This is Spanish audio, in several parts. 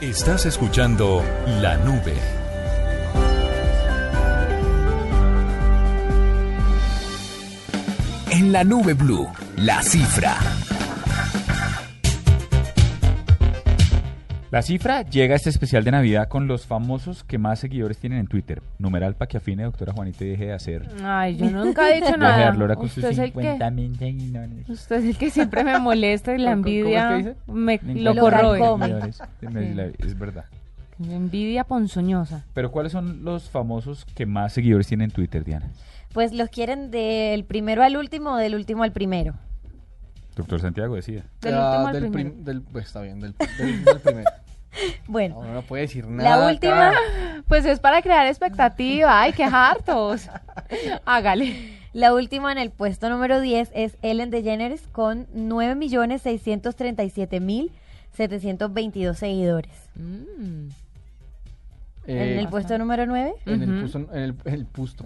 Estás escuchando La Nube. En la nube blue, la cifra. La cifra llega a este especial de Navidad con los famosos que más seguidores tienen en Twitter. Numeral para que afine, doctora Juanita, y deje de hacer. Ay, yo nunca he dicho Deje de nada. darlo ahora con sus Usted es el que, 50 mil seguidores. usted es el que siempre me molesta y la ¿Cómo- cómo es que dice? envidia me lo Lo corroe. carcome. seguidores. Me- la- Es verdad. Envidia ponzoñosa. Pero ¿cuáles son los famosos que más seguidores tienen en Twitter, Diana? Pues los quieren del primero al último o del último al primero. Doctor Santiago decía. Del Ah, último al del primero. prim- del- pues está bien, del, del- del primero. Bueno, No, no puede decir nada. la acá. Eh, última, Pues es para crear expectativa. Ay, qué hartos. Hágale. la última en el puesto número 10 es Ellen DeGeneres con 9.637.722 seguidores. Mm. Eh, en el puesto número 9, en el Ujú. pusto, en el, en el pusto.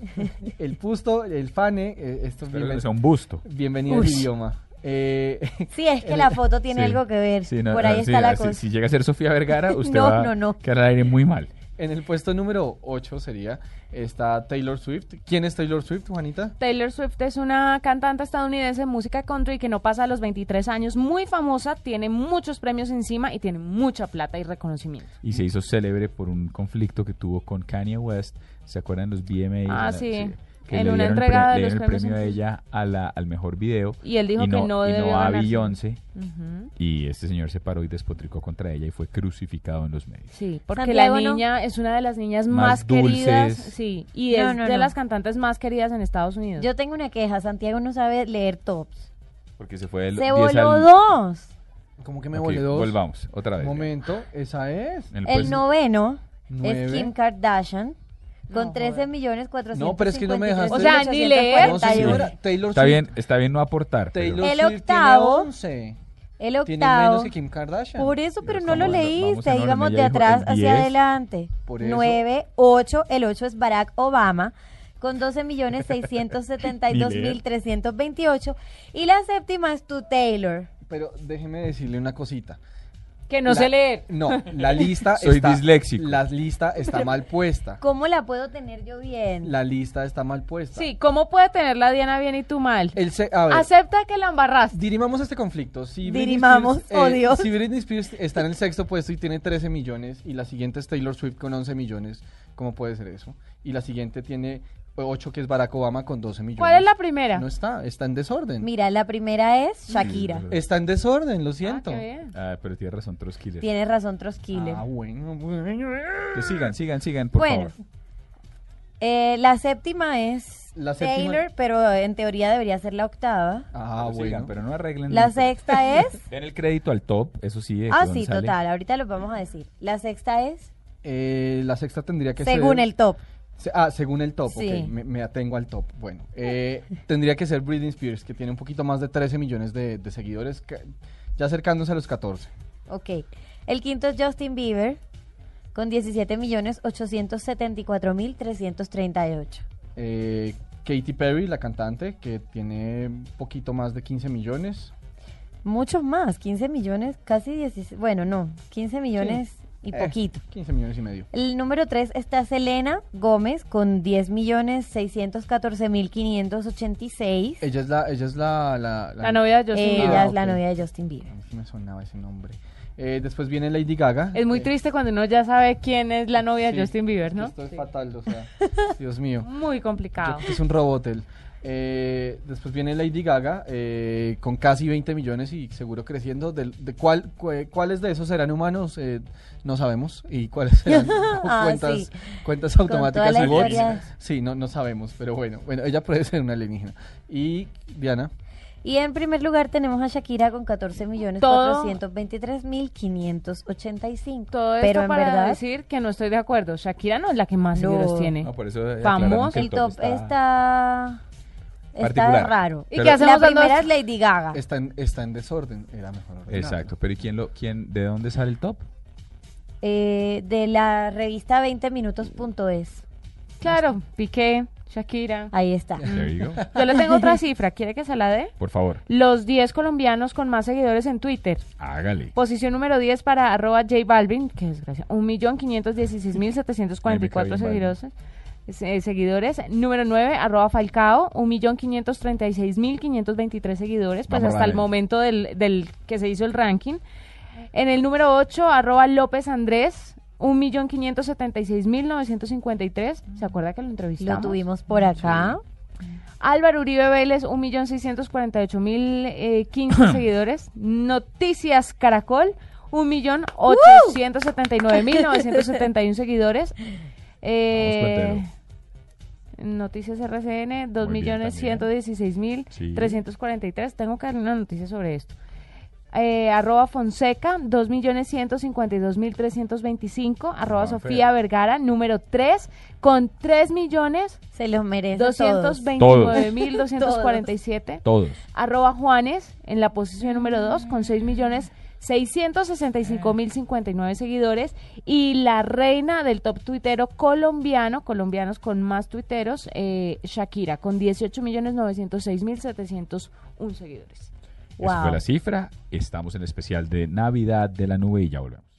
El pusto, el fane, eh, esto es Pero bienven- es un busto. bienvenido al Uy. idioma. Eh, sí, es que En la el- foto tiene Sí. algo que ver. Sí, no, Por no, ah, ahí sí, está la si- cosa. Si, llega a ser Sofía Vergara, usted No, va no, no. a quedar al aire muy mal. en el puesto número 8 sería, está Taylor Swift. ¿Quién es Taylor Swift, Juanita? Taylor Swift es una cantante estadounidense de música country que no pasa a los 23 años, muy famosa, tiene muchos premios encima y tiene mucha plata y reconocimiento. Y se hizo célebre por un conflicto que tuvo con Kanye West. ¿Se acuerdan los BMA? Ah, sí. que En le dieron una el entrega pre- de le los dieron el premios premio de en- ella a la- al mejor video. Y él dijo que no y debió a ganarse. Beyoncé. Ujú. Y este señor se paró y despotricó contra ella y fue crucificado en los medios. Sí, porque Santiago, la ¿no? niña es una de las niñas Más más, queridas, dulces. sí, y es No, no, de no. las cantantes más queridas en Estados Unidos. Yo tengo una queja, Santiago no sabe leer tops. Porque se fue del Se 10 voló al- dos. Como que me Ok, volé dos. Volvamos, Eh, otra vez. Un momento, esa es. En El puesto- noveno Nueve. es Kim Kardashian con No, 13 millones 400 No, pero es que no me dejaste- O sea, ni leer. No, sí, señora, Bien. Taylor Está Swift. bien, está bien no aportar. pero- Taylor El Swift octavo. tiene 11. El Tiene menos octavo. que Kim Kardashian. Por eso, Ya pero no estamos lo en- vamos leíste. en Ahí orden, vamos ella de dijo atrás el hacia 10. adelante. Por eso. 9, 8. El 8 es Barack Obama con Ni leer. 12.672.328. Y la séptima es tu Taylor. Pero déjeme decirle una cosita. que no La- sé leer. No, la lista Soy está... disléxico. La lista está mal puesta. ¿Cómo la puedo tener yo bien? La lista está mal puesta. Sí, ¿cómo puede tener la Diana bien y tú mal? El se- a ver, Acepta que la embarraste. dirimamos este conflicto. Si Britney Dirimamos, Spears, eh, oh Dios. Si Britney Spears está en el sexto puesto y tiene 13 millones, y la siguiente es Taylor Swift con 11 millones, ¿cómo puede ser eso? Y la siguiente tiene 8, que es Barack Obama con 12 millones. ¿Cuál es la primera? No está, está en desorden. Mira, la primera es Mm, Shakira. Sí, Está en desorden, lo Ah, siento. qué bien. Ah, pero tiene razón, Trotsky. Tienes razón, Trosquile. Ah, bueno, bueno. Que sigan, sigan, sigan, por Bueno. favor. Eh, la séptima es La séptima- Taylor, pero en teoría debería ser la octava. Ah, pero bueno. sigan, pero no arreglen. La el- sexta es... Den el crédito al top, eso sí. de Ah, que sí, González- total. Ahorita lo vamos a decir. La sexta es... Eh, la sexta tendría que ser... Según el top. Se- Ah, según el top, Sí. ok, me, me atengo al top. Bueno, Oh. eh, tendría que ser Britney Spears, que tiene un poquito más de 13 millones de, de seguidores, ca- ya acercándose a los 14. Ok. El quinto es Justin Bieber con 17 millones 874 mil 338. Eh, Katy Perry, la cantante, que tiene un poquito más de 15 millones. Muchos más, 15 millones, casi 16, bueno, no, 15 millones y Eh, poquito. 15 millones y medio. El número 3 está Selena Gómez con 10 millones 614 mil 586. Ella es la... Ella es la, la, La novia de Justin Ella Bieber. Eh, Ah, es la ok. novia de Justin Bieber. Ay, sí Me sonaba ese nombre. Eh, después viene Lady Gaga. Es muy Eh, triste cuando uno ya sabe quién es la novia sí, de Justin Bieber, ¿no? Esto es fatal, o sea, Dios mío. Muy Yo complicado. creo que es un robot él. Eh, después viene Lady Gaga eh, con casi 20 millones y seguro creciendo. ¿De, de cuál, cue- ¿Cuáles de esos serán humanos? Eh, no sabemos. ¿Y cuáles serán Ah, cuentas, sí. cuentas Con toda automáticas la y bots? historia. Sí, no, no sabemos, pero bueno, bueno, ella puede ser una alienígena. Y Diana, Y en primer lugar tenemos a Shakira con 14 millones Todo- 423 mil 585. Todo esto Pero en para verdad, decir que no estoy de acuerdo. Shakira no es la que más No. seguidores tiene. No, por eso eh, Famoso, aclararon que el top está- está... Está particular. raro. ¿Y Pero- qué La hacemos dando- primera es Lady Gaga. está en, está en desorden. Era mejor. ordenarlo. Exacto, pero ¿y quién lo, quién, de dónde sale el top? eh, de la revista 20minutos.es. pues, Claro, Piqué, Shakira. Ahí está. Le digo, Yo les tengo otra cifra. ¿Quiere que se la dé? por favor, Los 10 colombianos con más seguidores en Twitter. hágale. Posición número 10 para arroba J Balvin, que desgracia, 1.516.744 Ahí me cae bien seguidores. eh, seguidores. Número 9, arroba Falcao, 1.536.523 seguidores, pues Vamos, hasta el Radamel. momento del, del que se hizo el ranking. En el número 8, arroba López Andrés, 1.576.953. ¿Se acuerda que lo Lo entrevistamos? tuvimos por acá. Álvaro Uribe Vélez, 1.648.015 eh, seguidores. Noticias Caracol, 1.879.971 seguidores. Eh, Vamos, Noticias RCN, Muy bien, Sí. 2.116.343. Tengo que darle una noticia sobre esto. Eh, arroba Fonseca, 2.152.325. Arroba Ah, Sofía fea. Vergara, número 3, con 3 millones Se los merece. todos. 229.247. Todos. Arroba Juanes en la posición número 2 con 6 millones 665.059 seguidores y la reina del top tuitero colombiano, colombianos con más tuiteros, eh, Shakira, con 18.906.701 seguidores. Esa fue Wow. la cifra. Estamos en el especial de Navidad de la nube y ya volvemos.